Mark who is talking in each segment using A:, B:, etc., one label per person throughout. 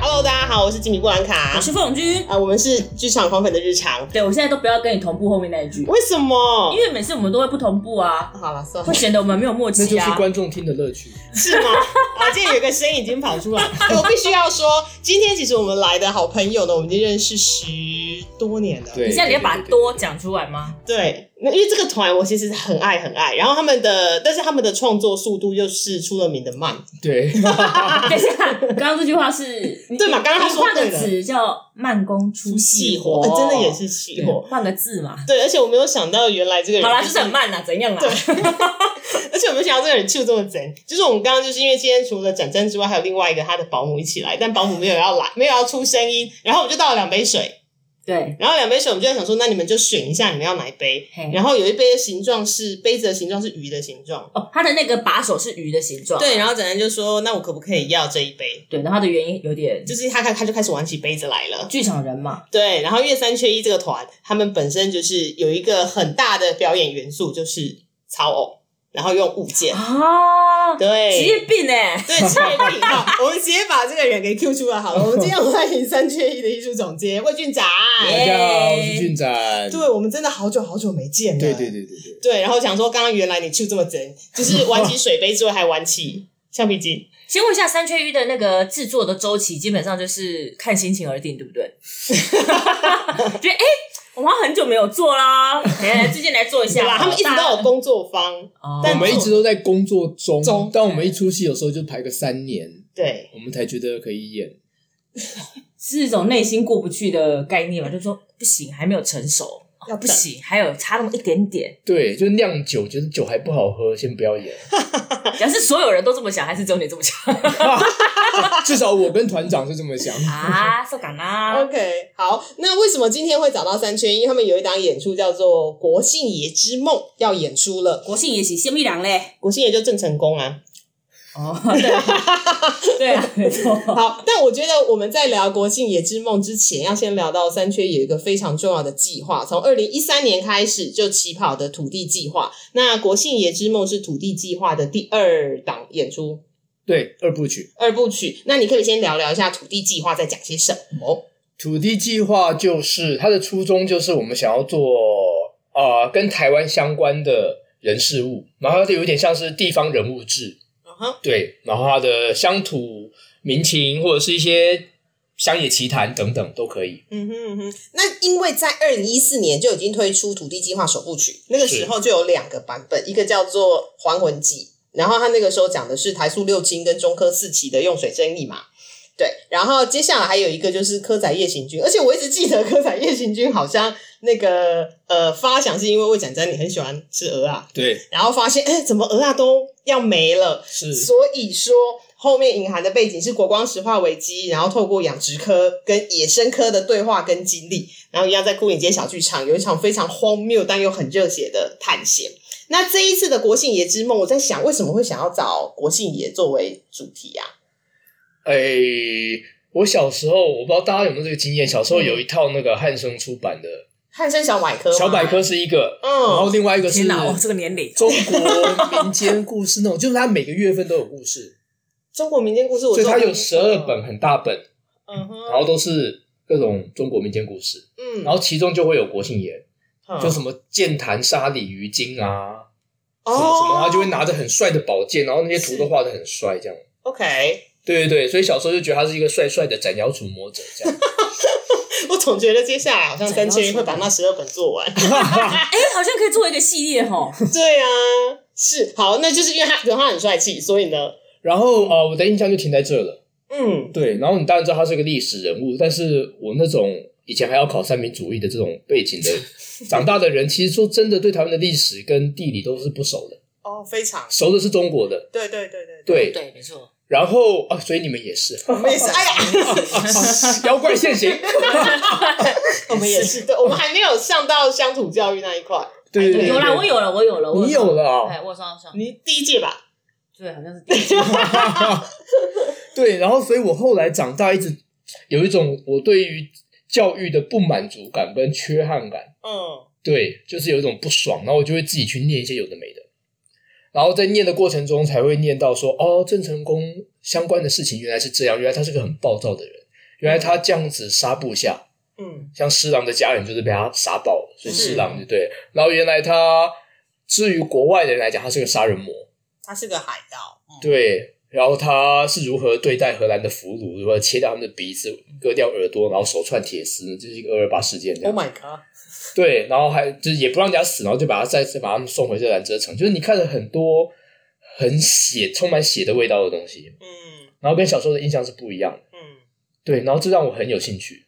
A: Hello，大家好，我是吉米布兰卡
B: 我，是凤君，
A: 呃，我们是剧场狂粉的日常。
B: 对我现在都不要跟你同步后面那一句，
A: 为什么
B: 因？为每次我们都会不同步啊，
A: 好了，算了
B: 会，显得我们没有默
C: 那
B: 契
C: 就是
B: 啊。
C: 观众听的乐趣。
A: 是吗？啊，今天有一个声音已经跑出 来了。哎我必须要说，今天其实我们来的好朋友呢，我们已经认识十多年了。
C: 对，
B: 你现在连把
C: 对对对
B: 多讲出来吗？
A: 对，那因为这个团我其实很爱很爱，然后他们的，但是他们的创作速度又是出了名的慢。
C: 对，
B: 等一下，刚刚这句话是，你
A: 对嘛刚刚他
B: 你
A: 说
B: 换个
A: 对了
B: 词叫慢工出细活，
A: 呃真的也是细活。
B: 换个字嘛。
A: 对，而且我没有想到原来这个人
B: 好啦，
A: 就
B: 就是很慢啦，怎样啦？
A: 而且我没有想到这个人就这么真。就是我们刚刚就是因为今天除了展真之外，还有另外一个他的保姆一起来，但保姆没有要来，没有要出声音，然后我们就倒了两杯水。
B: 对，
A: 然后两杯水，我们就在想说，那你们就选一下你们要哪一杯
B: 嘿。
A: 然后有一杯的形状是杯子的形状是鱼的形状，
B: 哦，它的那个把手是鱼的形状，
A: 对。然后展然就说，那我可不可以要这一杯？
B: 对，然后它的原因有点
A: 就是他开他就开始玩起杯子来了。
B: 剧场人嘛，
A: 对，然后因为三缺一这个团，他们本身就是有一个很大的表演元素，就是操偶，然后用物件。
B: 啊，职
A: 对，
B: 业病哎、
A: 对，职业病好，我们直接把这个人给 Q 出来 好了。我们今天欢迎三缺一的艺术总监魏俊展。
B: 耶
C: 大家好，我是俊展。
A: 对，我们真的好久好久没见了。
C: 对对对对对，
A: 对，然后想说，刚刚原来你就这么真，就是玩起水杯之外还玩起 橡皮筋。
B: 先问一下三缺一的那个制作的周期，基本上就是看心情而定，对不对？觉得哎、我们好像很久没有做啦， 哎、最近来做一
A: 对
B: 下
A: 吧？
B: 吧。
A: 他们一直都有工作方，
B: 哦，
A: 但
C: 我们一直都在工作中，
A: 中
C: 但我们一出戏有时候就排个三年，
A: 对，
C: 我们才觉得可以演。
B: 是一种内心过不去的概念嘛，就说不行，还没有成熟，
A: 要
B: 不行，还有差那么一点 点。
C: 对，就酿酒，觉得酒还不好喝，先不要演。
B: 要是所有人都这么想，还是只有你这么想
C: 至少我跟团长是这么想。
B: 啊？受感
A: 呃
B: 啦，
A: OK，好，那为什么今天会找到三圈？因为他们有一档演出叫做《国庆爷之梦》要演出了，
B: 国庆也喜谢蜜凉嘞。
A: 国庆爷就郑成功啊。
B: 哦，对， 对啊，没错。
A: 好，但我觉得我们在聊《国庆野之梦》之前，要先聊到三缺有一个非常重要的计划，从二零一三年开始就起跑的土地计划。那《国庆野之梦》是土地计划的第二档演出
C: 对，二部曲。
A: 二部曲。那你可以先聊聊一下土地计划在讲些什么？
C: 土地计划就是它的初衷，就是我们想要做呃跟台湾相关的人事物，然后它就有点像是地方人物志，
A: 嗯哼
C: 对，然后它的乡土民情或者是一些乡野奇谈等等都可以。
A: 嗯哼嗯哼，那因为在二零一四年就已经推出土地计划首部曲，那个时候就有两个版本，一个叫做《还魂记》，然后他那个时候讲的是台塑六轻跟中科四期的用水争议嘛。对，然后接下来还有一个就是科仔夜行军，而且我一直记得科仔夜行军好像那个呃发想是因为魏展展你很喜欢吃鹅啊，
C: 对，
A: 然后发现哎怎么鹅啊都要没了，
C: 是
A: 所以说，后面隐含的背景是国光石化危机，然后透过养殖科跟野生科的对话跟经历，然后一样在牯岭街小剧场有一场非常荒谬但又很热血的探险。那这一次的国庆爷之梦，我在想为什么会想要找国庆爷作为主题啊？
C: 诶、哎我小时候我不知道大家有没有这个经验，小时候有一套那个汉生出版的
A: 汉生小百科，
C: 小百，科是一个，然后
A: 嗯，
C: 另外一个是
B: 天哪，我这个年龄，
C: 中国民间故事那种，就是它每个月份都有故事。
A: 哦中国民间故事我
C: 所
A: 做
C: 以
A: 过，
C: 它有十二本很大本，
A: 嗯
C: 然后
A: 哼，
C: 都是各种中国民间故事，
A: 嗯
C: 然后其中就会有国庆爷，
A: 后
C: 就什么剑潭杀鲤鱼精啊，
A: 哦
C: 什么什么，他就会拿着很帅的宝剑，然后那些图都画的很帅，这样。
A: OK，
C: 对对对，所以小时候就觉得他是一个帅帅的斩妖除魔者这样。
A: 我总觉得接下来好像三千人会把那十二本做 完。
B: 哎、好像可以做一个系列吼。
A: 对啊，是好，那就是因为他觉得他很帅气，所以呢，
C: 然后呃，我的印象就停在这了。
A: 嗯，
C: 对，然后你当然知道他是个历史人物，但是我那种以前还要考三民主义的这种背景的长大的人，其实说真的，对台湾的历史跟地理都是不熟的，
A: 哦，非常，
C: 熟的是中国的，
A: 对对对对，
C: 对，
B: 对，没错。
C: 然后啊，所以你们也是，
A: 我们也是，哎 呀，
C: 妖怪现行，
A: 我们也是，对，我们还没有上到乡土教育那一块。
C: 对对对，
B: 有啦，我有了，我有了，我
C: 你有了啊
B: 哎，我上上，
A: 你第一届吧？
B: 对，好像是第一届，
C: 对，然后所以我后来长大一直有一种我对于教育的不满足感跟缺憾感，
A: 嗯，
C: 对，就是有一种不爽，然后我就会自己去念一些有的没的，然后在念的过程中才会念到说，哦，郑成功相关的事情原来是这样，原来他是个很暴躁的人，原来他这样子杀部下，
A: 嗯，
C: 像施琅的家人就是被他杀爆了，所以
A: 是
C: 施琅就对。然后原来他至于国外的人来讲，他是个杀人魔，
A: 他是个海盗。嗯，
C: 对。然后他是如何对待荷兰的俘虏，如何切掉他们的鼻子、割掉耳朵，然后手串铁丝，这是一个二二八事件这样。
A: Oh my god！
C: 对，然后还就是也不让人家死，然后就把他再次把他们送回这兰遮城，就是你看了很多很血、充满血的味道的东西，
A: 嗯
C: 然后跟小时候的印象是不一样的。
A: 嗯，
C: 对，然后这让我很有兴趣。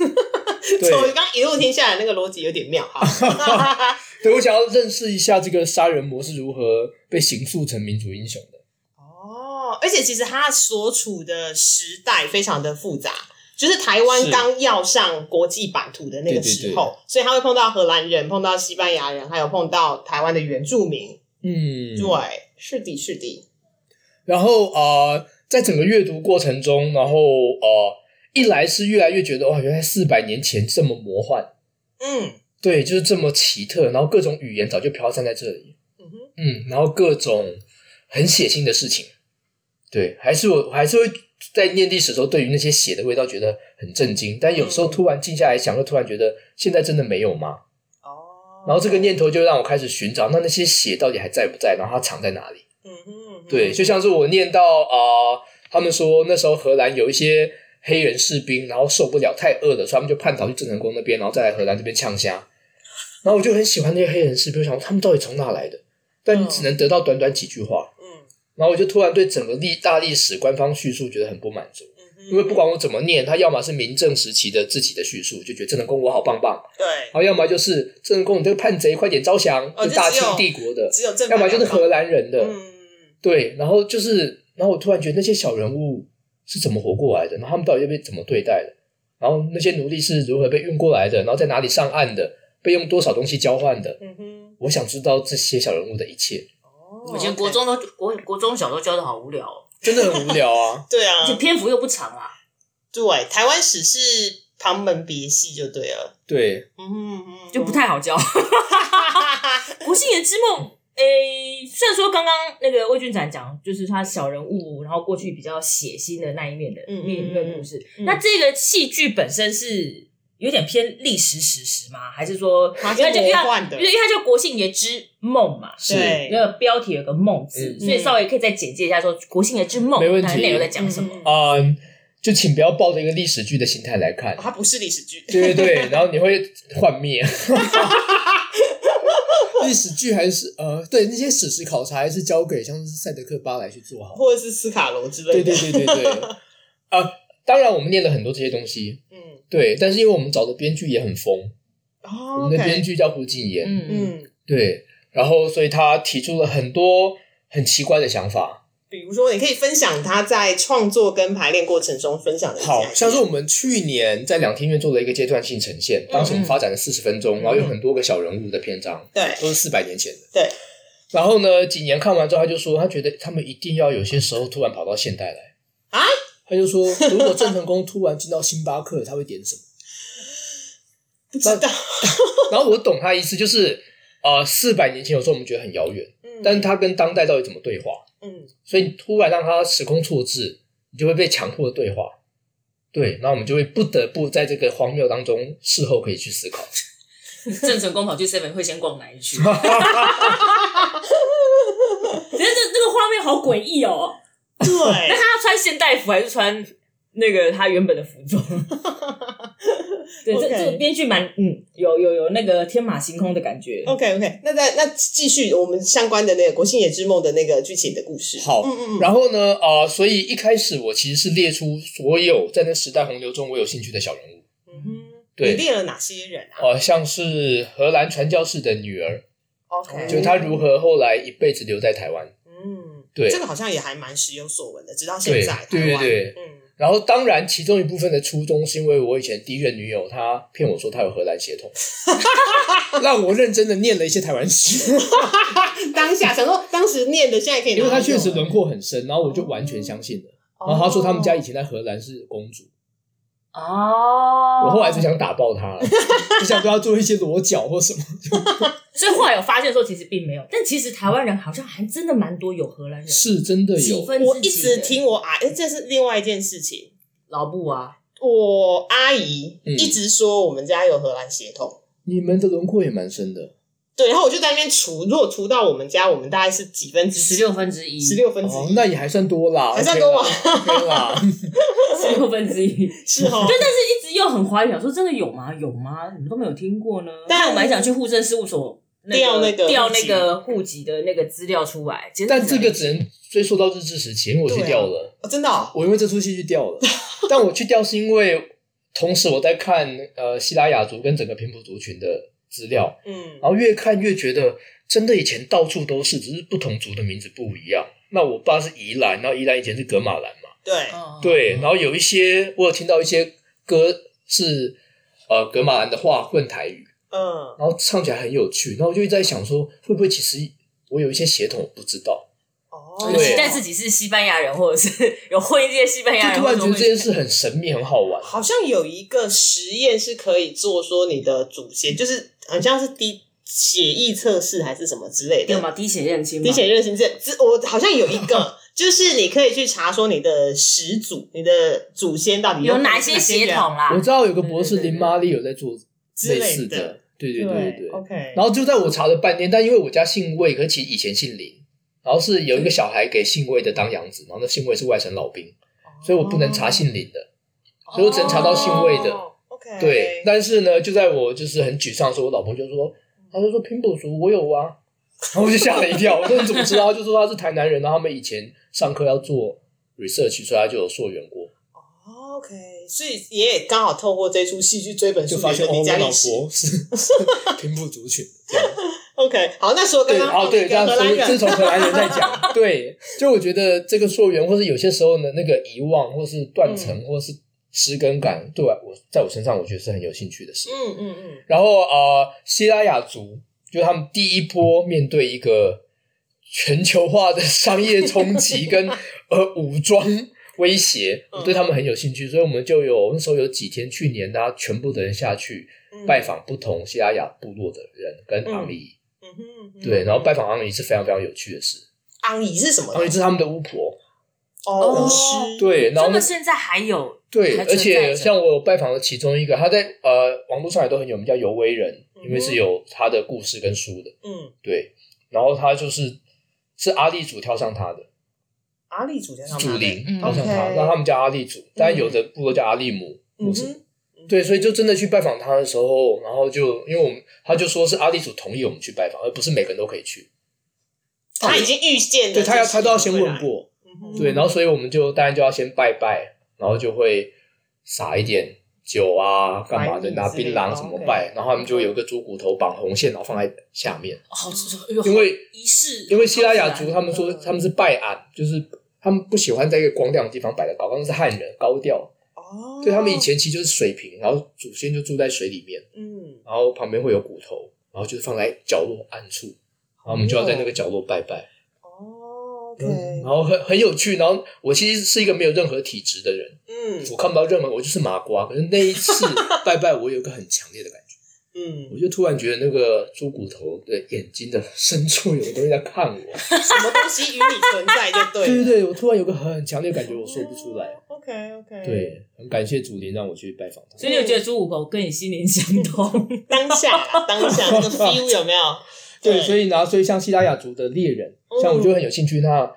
C: 对
A: 所以我刚一路听下来，那个逻辑有点妙哈。
C: 对我想要认识一下这个杀人魔是如何被形塑成民族英雄的。
A: 哦，而且其实他所处的时代非常的复杂，就是台湾
C: 是
A: 刚要上国际版图的那个
C: 对对
A: 时候，所以他会碰到荷兰人，碰到西班牙人，还有碰到台湾的原住民。
C: 嗯
A: 对，是的，是的，
C: 然后呃，在整个阅读过程中，然后呃，一来是越来越觉得哇，原来四百年前这么魔幻，
A: 嗯
C: 对，就是这么奇特，然后各种语言早就飘散在这里，
A: 嗯哼，
C: 嗯，然后各种很血腥的事情，对，还是我还是会在念历史的时候，对于那些血的味道觉得很震惊，但有时候
A: 嗯
C: 突然静下来想，又突然觉得现在真的没有吗？
A: 哦，
C: 然后这个，念头就让我开始寻找，那那些血到底还在不在？然后它藏在哪里？
A: 嗯哼，嗯哼
C: 对，就像是我念到啊、呃他们说那时候荷兰有一些黑人士兵，然后受不了太饿了，所以他们就叛逃去郑成功那边，然后再来荷兰这边呛虾。然后我就很喜欢那些黑人士兵，我想他们到底从哪来的？但你只能得到短短几句话。
A: 嗯
C: 然后我就突然对整个历大历史官方叙述觉得很不满足，
A: 嗯哼，
C: 因为不管我怎么念，他要么是明正时期的自己的叙述，就觉得郑成功我好棒棒，
A: 对
C: 然，后要么就是郑成功你这个叛贼快点招降，
A: 哦
C: 就大
A: 就只
C: 清
A: 有
C: 帝国的，
A: 只有正
C: 要
A: 反
C: 么
A: 两方，
C: 就是荷兰人的，
A: 嗯，
C: 对，然后就是，然后我突然觉得那些小人物是怎么活过来的，然后他们到底又被怎么对待的，然后那些奴隶是如何被运过来的，然后在哪里上岸的，被用多少东西交换的，
A: 嗯哼，
C: 我想知道这些小人物的一切，
A: 哦。
B: 我以前国，中都国国中小时候教的好无聊哦，
C: 真的很无聊啊
A: 对啊
B: 而，且篇幅又不长啊，
A: 对，台湾史是旁门别系就对了，
C: 对，
A: 嗯哼嗯哼，
B: 就不太好教。 国姓爷之梦，诶、虽然说刚刚那个魏俊展讲，就是他小人物，然后过去比较血腥的那一面的
A: 嗯嗯
B: 那一面故事。
A: 嗯
B: 那这个戏剧本身是有点偏历史史实吗？还是说，
A: 它是
B: 因为它就因为
A: 魔
B: 它
A: 幻的
B: 因为它叫国姓爷之梦嘛，
C: 是
A: 对
B: 那个标题有个梦字，
C: 嗯
B: 所以稍微可以再简介一下说国姓爷之梦，
C: 没问题
B: 它的内容在讲什么？
A: 嗯
C: 嗯，就请不要抱着一个历史剧的心态来看
A: 哦，它不是历史剧，
C: 对对对，然后你会幻灭。 历史剧还是呃，对那些史实考察还是交给像是塞德克巴莱去做好。
A: 或者是斯卡罗之类
C: 对
A: 的，
C: 对对对对，啊，当然我们念了很多这些东西，
A: 嗯，
C: 对，但是因为我们找的编剧也很疯，
A: 哦
C: 我们的编
A: ，OK，
C: 剧叫胡敬言，
B: 嗯，
A: 嗯，
C: 对，然后所以他提出了很多很奇怪的想法，
A: 比如说你可以分享他在创作跟排练过程中分享的一些
C: 好
A: idea
C: 像是我们去年在两厅院做了一个阶段性呈现，当时我们发展了四十分钟，然后有很多个小人物的篇章，
A: 对
C: 都是四百年前的。
A: 对，
C: 然后呢，景言看完之后，他就说，他觉得他们一定要有些时候突然跑到现代来
A: 啊。
C: 他就说，如果郑成功突然进到星巴克，他会点什么？
A: 不知道，
C: 然后我懂他意思，就是呃，四百年前有时候我们觉得很遥远，
A: 嗯
C: 但是他跟当代到底怎么对话？
A: 嗯
C: 所以你突然让他时空错置，你就会被强迫对话。对，然后我们就会不得不在这个荒谬当中，事后可以去思考。
B: 郑成功跑去 seven 会先逛哪一 区？可是这这个画面好诡异哦！那
A: 对
C: 哎
B: 他，要穿现代服还是穿那个他原本的服 装？对，这
A: OK
B: 这个编剧蛮嗯，有有有那个天马行空的感觉。
C: 哦
A: OK OK，那再那继续我们相关的那个《国庆野之梦》的那个剧情的故事。
C: 好
A: 嗯嗯嗯，
C: 然后呢，呃，所以一开始我其实是列出所有在那时代洪流中我有兴趣的小人物，
A: 嗯哼
C: 对
A: 你练了哪些人啊
C: 呃，像是荷兰传教士的女儿，
A: ？OK，
C: 就她如何后来一辈子留在台湾，
A: 嗯
C: 对
A: 这，个好像也还蛮时有所闻的，直到现
C: 对
A: 在。，
C: 对对
A: 台湾
C: 对。
A: 嗯，
C: 然后，当然，其中一部分的初衷是因为我以前第一任女友她骗我说她有荷 兰血统，让我认真的念了一些台 湾史，
A: 当下想说，当时念的，现在可以拿来
C: 因
A: 用
C: 为
A: 了，
C: 她确实轮廓很深，然后我就完全相信了。
A: 哦。
C: 然后她说他们家以前在荷兰是公主，
B: 哦，
C: 我后来就想打爆她了， 就想对她做一些裸脚或什么。
B: 所以后来有发现说，其实并没有。但其实台湾人好像还真的蛮多有荷兰人，
C: 是真的
B: 几
C: 有，
B: 分之
A: 我
B: 几
A: 一直
B: 的
A: 听我阿，哎，这是另外一件事情。
B: 老布啊，
A: 我阿姨
C: 嗯
A: 一直说我们家有荷兰血统，
C: 你们的轮廓也蛮深的。
A: 对，然后我就在那边除，如果除到我们家，我们大概是几分之
B: 十六分之一，
A: 十六分之
C: 哦，
A: 一，
C: 那也还算多啦，
A: 还算多啊
C: 吗
A: 吗
C: ？OK 啦，
B: 十六分之一。
A: 是 哦。
B: 但是一直又很怀疑，想说真的有吗？有吗？你们都没有听过呢。
A: 但
B: 但我们还想去户政事务所那
A: 调那
B: 个
A: 个
B: 调
A: 户
B: 那
A: 籍
B: 个户籍的那个资料出来，其实
C: 但这个只能追溯到日治时期，因为我去
A: 对啊
C: 掉了。
A: 哦真的哦，
C: 我因为这出戏去掉了，但我去掉是因为同时我在看呃希拉雅族跟整个平埔族群的资料，
A: 嗯，
C: 然后越看越觉得真的以前到处都是，只是不同族的名字不一样。那我爸是宜兰，然后宜兰以前是格马兰嘛，
A: 对，
B: 哦
C: 对，然后有一些我有听到一些歌是呃格马兰的话混台语，
A: 嗯，
C: 然后唱起来很有趣，然后我就一直在想说会不会其实我有一些血统我不知道，
A: 哦，
B: 尤其
C: 对
B: 但自己是西班牙人，或者是有混一些西班
C: 就
B: 牙人，
C: 突然觉
B: 或者
C: 得
B: 是
C: 这件事很神秘，很好玩。
A: 好像有一个实验是可以做，说你的祖先就是好像是滴血液测试还是什么之类
B: 对
A: 的，
B: 吗？滴血认亲嘛，
A: 滴血认识这这我好像有一个，就是你可以去查说你的始祖、你的祖先到底
B: 有哪
A: 哪
B: 些血
A: 人
B: 统啦
C: 我？知道有个博士
B: 对对对
C: 林玛丽有在做类似
A: 之类的，
C: 对对对对。
A: ，OK，
C: 然后就在我查了半天，但因为我家姓魏，可是其实以前姓林，然后是有一个小孩给姓魏的当养子，然后那姓魏是外省老兵，所以我不能查姓林的，所以我只能查到姓魏的。
A: 哦 OK，
C: 对，但是呢，就在我就是很沮丧的时候，我老婆就说，她就说平埔族我有啊，然后我就吓了一跳，我说你怎么知道？她就说她是台南人，然后他们以前上课要做 research，所以她就有溯源过，
A: 哦 OK，所以也刚好透过这出戏去追本
C: 就
A: 溯
C: 发
A: 源
C: 现
A: 的
C: 哦，
A: 你
C: 我
A: 家
C: 老
A: 历史。
C: 婆是 平埔族群。
A: OK，好，那时候刚
C: 对，
A: 刚
C: 哦，
A: 放
C: 对，
A: 一
C: 这样
A: 个荷兰
C: 说是
A: 人，
C: 从荷兰人在讲，对， 就我觉得这个溯源，或是有些时候呢，那个遗忘，或是断层，
A: 嗯
C: 或是失根感，对我我在我身上，我觉得是很有兴趣的事。
A: 嗯嗯嗯，
C: 然后呃，希拉雅族就是他们第一波面对一个全球化的商业 冲击跟呃武装威胁，
A: 嗯
C: 我对他们很有兴趣，所以我们就有那时候有几天，去年大家全部的人下去
A: 嗯
C: 拜，访不同希拉雅部落的人跟昂里。
A: 嗯哼嗯哼
C: 对，然后拜访昂姨是非常非常有趣的事。
A: 昂姨是什么呢？
C: 昂姨是他们的巫婆，
A: 哦，
B: 哦
A: 师，
C: 对，然
B: 他
C: 后
B: 们现在还有
C: 对，
B: 还
C: 而
B: 存在
C: 且
B: 着
C: 像我有拜访了其中一个，他在呃网络上也都很有名，叫尤威人，因为
A: 嗯
C: 是有他的故事跟书的。
A: 嗯，
C: 对，然后他就是是阿力主挑上他的
A: 阿力主家上
C: 主灵
B: 嗯
C: 挑上他，
A: OK
C: 让他们叫阿力主，但有的部落叫阿力姆。
A: 嗯
C: 或是
A: 哼，
C: 对，所以就真的去拜访他的时候，然后就因为我们他就说是阿力主同意我们去拜访，而不是每个人都可以去。
A: 他已经预见了，
C: 对他要他都要先问，过，对，然
A: 后
C: 后所以我们就当然就要先拜拜，然后就会撒一点酒啊，干嘛
A: 白
C: 的，
A: 米
C: 拿
A: 之类
C: 槟
A: 的
C: 榔
A: 哦
C: 什么
A: ，OK
C: 拜，然后他们就有一个猪骨头绑红线，然后放在下面，
B: 哦好，
C: 因为
B: 仪式，
C: 因为希拉雅族他们说他们是拜
A: 啊
C: 俺，
A: 嗯
C: 就是他们不喜欢在一个光亮的地方摆的高，他们是汉人高调，
A: 哦，
C: 所以他们以前其实就是水平，然后祖先就住在水里面，
A: 嗯，
C: 然后旁边会有骨头，然后就是放在角落暗处，然后我们就要在那个角落拜拜。
A: 哦，OK，
C: 嗯，然后很很有趣，然后我其实是一个没有任何体质的人，
A: 嗯
C: 我看不到任何，我就是麻瓜。可是那一次拜拜，我有一个很强烈的感觉，
A: 嗯，
C: 我就突然觉得那个猪骨头的眼睛的深处有个东西在看我。
A: 什么东西与你存在就对
C: 对
A: 了，
C: 对对，我突然有个很强烈的感觉，我说不出来。
A: ，OK OK，，
C: 对，很感谢主灵让我去拜访他。
B: 所以你有觉得猪五狗跟你心灵相 通？
A: 当下啦，当下 那个 feel 有没有？
C: 对，所以呢，所以像西拉雅族的猎人，
A: 嗯
C: 像我就很有兴趣。那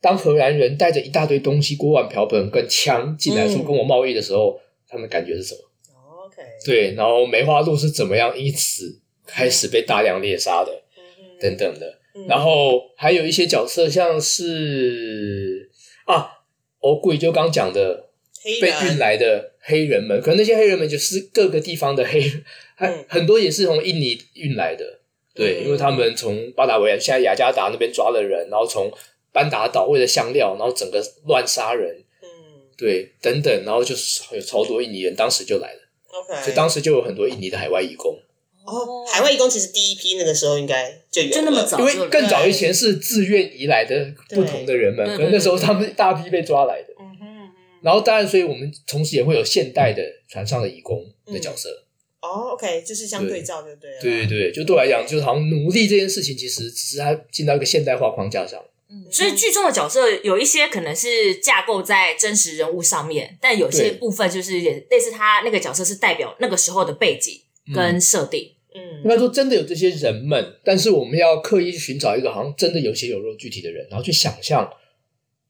C: 当荷兰人带着一大堆东西，锅碗瓢盆跟枪进来说
A: 嗯
C: 跟我贸易的时候，他们的感觉是什么？
A: 哦 OK，
C: 对，然后梅花鹿是怎么样因此开始被大量猎杀的，
A: 嗯
C: 等等的。
A: 嗯
C: 然后还有一些角色，像是啊，我故意就刚讲的
A: 黑
C: 被
A: 人
C: 运来的黑人们，可能那些黑人们就是各个地方的黑人，还
A: 嗯
C: 很多也是从印尼运来的。对，
A: 嗯
C: 因为他们从巴达维亚，现在雅加达那边抓了人，然后从班达岛为了香料，然后整个乱杀人，
A: 嗯
C: 对，等等，然后就是有超多印尼人当时就来了，
A: ，OK，
C: 所以当时就有很多印尼的海外义工，
A: 哦，海外义工其实第一批那个时候应该就有了，
B: 就那么早
C: 因
B: 就
C: 为更早以前是自愿移来的不同的人们，
B: 对
C: 可能那时候
B: 对对
C: 他们是大批被抓来的，
A: 嗯哼，嗯哼
C: 然后当然，所以我们同时也会有现代的船上的义工的角色。
B: 嗯
A: 哦，OK，就是相对
C: 对
A: 照就对了，
C: 对对对，就对我来讲，就是好像奴隶这件事情，其实只是它进到一个现代化框架上。
A: 嗯
B: 嗯所以剧中的角色有一些可能是架构在真实人物上面，但有些
C: 对
B: 部分就是也类似他那个角色是代表那个时候的背景跟设定。
A: 嗯
C: 嗯应该说，真的有这些人们，但是我们要刻意去寻找一个好像真的有血有肉具体的人，然后去想象，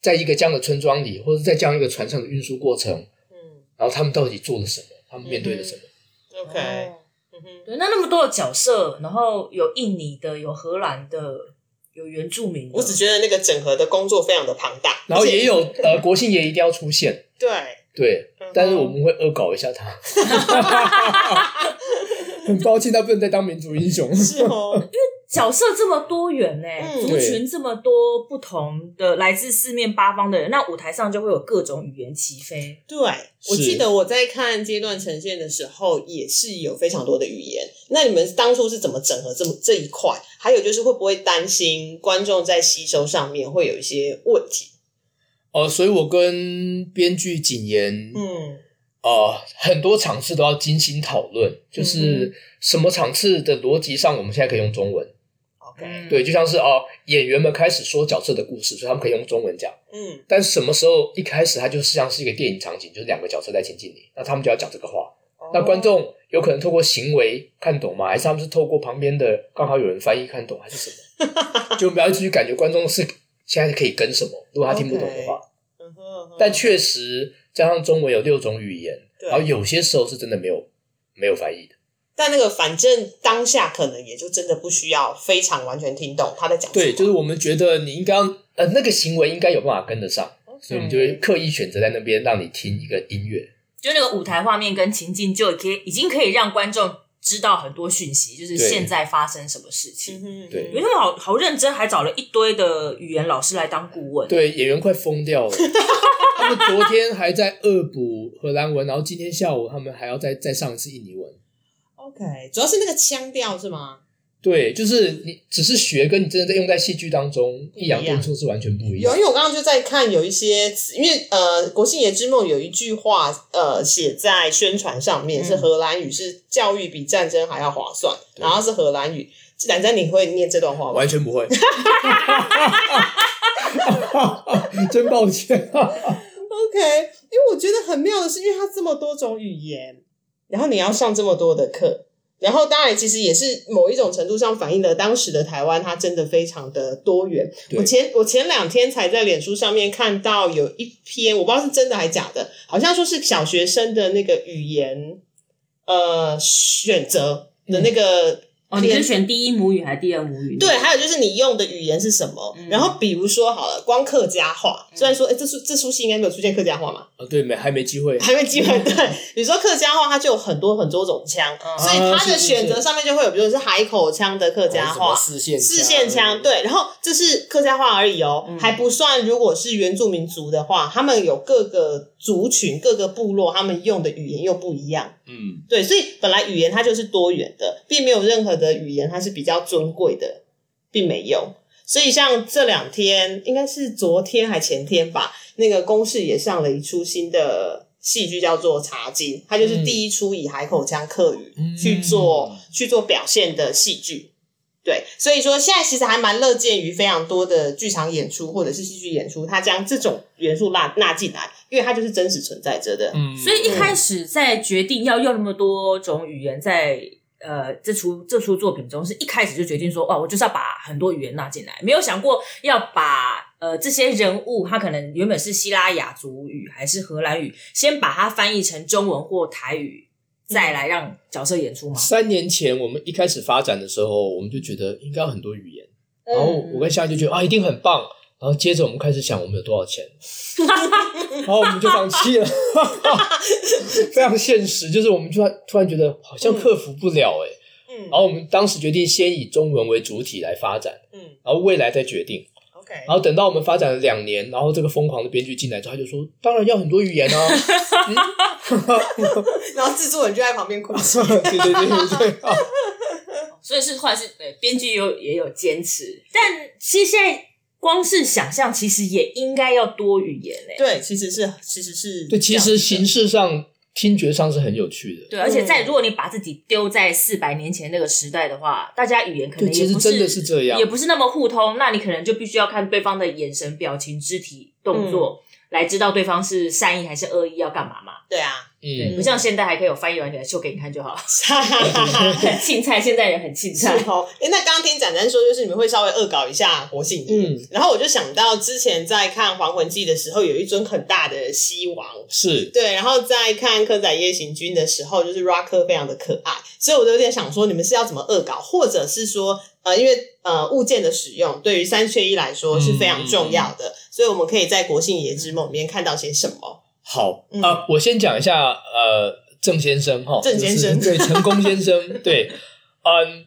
C: 在一个这样的村庄里，或者在这样一个船上的运输过程，
A: 嗯
C: 然后他们到底做了什么，他们面对了什
B: 嗯
C: 么。
A: ，OK，嗯
B: 哦
A: 哼，
B: 对，那那么多的角色，然后有印尼的，有荷兰的，有原住民的，
A: 我只觉得那个整合的工作非常的庞大，
C: 然后
A: 而且
C: 也有呃，国庆也一定要出现，
A: 对。
C: 对
A: 嗯哼，
C: 但是我们会恶搞一下他。很抱歉，他不能再当民族英雄。
A: 是哦，
B: 角色这么多元呢、欸
A: 嗯
B: 族群这么多不同的，来自四面八方的人，那舞台上就会有各种语言齐飞。
A: 对，我
C: 是
A: 记得我在看阶段呈现的时候，也是有非常多的语言。那你们当初是怎么整合这么这一块？还有就是会不会担心观众在吸收上面会有一些问题？
C: 哦，所以我跟编剧谨言，
A: 嗯
C: 呃，很多场次都要精心讨论，
A: 嗯
C: 就是什么场次的逻辑上，我们现在可以用中文。
A: ，OK，
C: 对，就像是哦，演员们开始说角色的故事，所以他们可以用中文讲。
A: 嗯
C: 但什么时候一开始，它就是像是一个电影场景，就是两个角色在前进你，那他们就要讲这个话。
A: 哦
C: 那观众有可能透过行为看懂吗？还是他们是透过旁边的刚好有人翻译看懂，还是什 么？就不要一直去感觉观众是现在可以跟什么，如果他听不懂的话。
A: 嗯哼，嗯哼
C: 但确实加上中文有六种语言，
A: 对
C: 然后有些时候是真的没有没有翻译的。
A: 但那个反正当下可能也就真的不需要非常完全听懂他在讲什么。
C: 对，就是我们觉得你应该要呃那个行为应该有办法跟得上，所以我们就会刻意选择在那边让你听一个音乐。
B: 就那个舞台画面跟情境，就可以已经可以让观众知道很多讯息，就是
C: 对
B: 现在发生什么事情。
A: 嗯哼，
C: 对
B: 因为他们好好认真，还找了一堆的语言老师来当顾问。
C: 对，演员快疯掉了。 他们昨天还在恶补荷兰文，然后今天下午他们还要再再上一次印尼文。
A: ，OK，主要是那个腔调是吗？
C: 对，就是你只是学，跟你真的在用在戏剧当中
A: 一
C: 抑
A: 样
C: 扬顿挫是完全不一
A: 有，
C: 样
A: 因。为我刚刚就在看有一些词，因为呃，《国庆爷之梦》有一句话，呃，写在宣传上面、
B: 嗯
A: 是荷兰语，是教育比战争还要划算，
C: 对
A: 然后是荷兰语。展展，你会念这段话吗？
C: 哦完全不会， 真抱歉。
A: OK，因为我觉得很妙的是，因为它这么多种语言，然后你要上这么多的课，然后当然其实也是某一种程度上反映了当时的台湾，它真的非常的多元。
C: 对
A: 我前我前两天才在脸书上面看到有一篇，我不知道是真的还假的，好像说是小学生的那个语言呃选择的那个
D: 哦，你是选第一母语还是第二母语？
A: 对，还有就是你用的语言是什么？然后比如说好了，光客家话，虽然说哎、诶这出这出戏应该没有出现客家话嘛，
C: 啊，对，没还没机会。
A: 还没机会。对，比如说客家话，它就有很多很多种腔，所以它的
C: 是是
A: 选择
C: 是
A: 上面就会有，比如说是海口腔的客家
C: 什么
A: 话。
C: 四线
A: 四线腔，对，然后这是客家话而已哦，还不算。如果是原住民族的话，他们有各个族群、各个部落，他们用的语言又不一样。
C: 嗯，
A: 对，所以本来语言它就是多元的，并没有任何的语言它是比较尊贵的，并没有。所以像这两天，应该是昨天还前天吧，那个公视也上了一出新的戏剧，叫做《茶经》，它就是
C: 嗯
A: 第一出以海口腔客语、
C: 嗯
A: 去做去做表现的戏剧。对，所以说现在其实还蛮乐见于非常多的剧场演出或者是戏剧演出，它将这种元素纳纳进来，因为它就是真实存在着的。
C: 嗯
B: 所以一开始在决定要用那么多种语言在呃这出这出作品中，是一开始就决定说，哇，我就是要把很多语言纳进来，没有想过要把呃这些人物，他可能原本是希拉雅族语还是荷兰语，先把它翻译成中文或台语，再来让角色演出嘛。
C: 三年前我们一开始发展的时候，我们就觉得应该有很多语言，
B: 嗯
C: 然后嗯哦我跟夏就觉得啊，一定很棒。然后接着我们开始想我们有多少钱，然后我们就放弃了， 非常现实。就是我们突然突然觉得好像克服不了哎、欸
A: 嗯
C: 然后我们当时决定先以中文为主体来发展，
A: 嗯
C: 然后未来再决定。
A: ，OK， OK，
C: 然后等到我们发展了两年，然后这个疯狂的编剧进来之后，他就说：“当然要很多语言啊！”
A: 然后制作人就在旁边哭。
C: 对对对对对， 啊
B: 所以是后来是对编剧有也有坚持，但其实现在光是想象，其实也应该要多语言欸嘞、
A: 对，其实是其实是
C: 对，其
A: 这
C: 实
A: 样子的
C: 形式上、听觉上是很有趣的。
B: 对，而且在如果你把自己丢在四百年前那个时代的话，大家语言可能
C: 对，其
B: 也
C: 实
B: 不
C: 真的是这样
B: 也。不是那么互通，那你可能就必须要看对方的眼神、表情、肢体
C: 嗯
B: 动作。来知道对方是善意还是恶意，要干嘛嘛？
A: 对啊，
C: 嗯，
B: 不像现在还可以有翻译软件秀给你看就好了， 很青菜。现在人很青
A: 是
B: 菜，
A: 哦。哎，那刚刚听展展说，就是你们会稍微恶搞一下活性饮
C: 嗯，
A: 然后我就想到之前在看《还魂记》的时候，有一尊很大的西王，
C: 是
A: 对，然后在看《科仔夜行军》的时候，就是 Rocker 非常的可爱，所以我都有点想说，你们是要怎么恶搞，或者是说，呃，因为呃物件的使用对于三缺一来说是非
C: 嗯
A: 常重要的，所以我们可以在《国庆野之梦》里面看到些什么？
C: 好
A: 嗯
C: 啊。我先讲一下，呃，郑先生哈，
A: 郑先生
C: 就是对，成功先 生，对，嗯，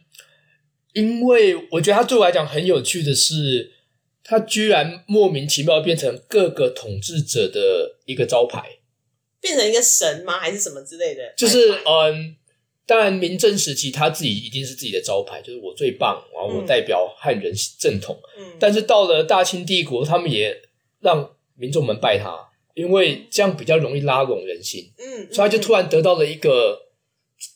C: 因为我觉得他对我来讲很有趣的是，他居然莫名其妙变成各个统治者的一个招牌。
A: 变成一个神吗？还是什么之类的？
C: 就是嗯，当然明正时期他自己一定是自己的招牌，就是我最棒，然后我
A: 嗯
C: 代表汉人正统。
A: 嗯，
C: 但是到了大清帝国，他们也让民众们拜他，因为这样比较容易拉拢人心，
A: 嗯，
C: 所以他就突
A: 然
C: 然得到了一个。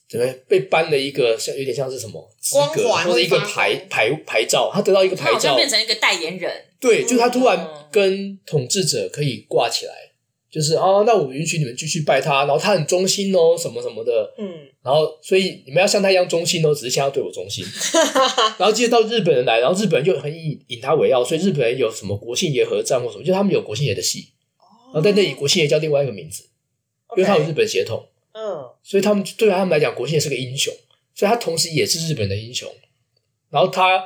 C: 怎么样被颁了一个像有点像是什么资
A: 光
C: 格
A: 环
C: 或者一个
A: 或者
C: 牌
A: 发光
C: 牌牌照，他得到一个
B: 他
C: 牌
B: 好像
C: 照，
B: 变成一个代言人，
C: 对，就是他突然
B: 嗯
C: 跟统治者可以挂起来，就是哦，那我允许你们继续拜他，然后他很忠心哦，什么什么的，
A: 嗯，
C: 然后，所以你们要像他一样忠心哦，只是现在要对我 忠心。然后接着到日本人来，然后日本人就很以引他为傲，所以日本人有什么国庆爷合战或什么，就是他们有国庆爷的戏，
B: 哦
C: 然后但那里国庆爷叫另外一个名字，因为他有日
A: OK，
C: 本血统，
A: 嗯
C: 所以他们对他们来讲，国庆爷是个英雄，所以他同时也是日本的英雄。然后他，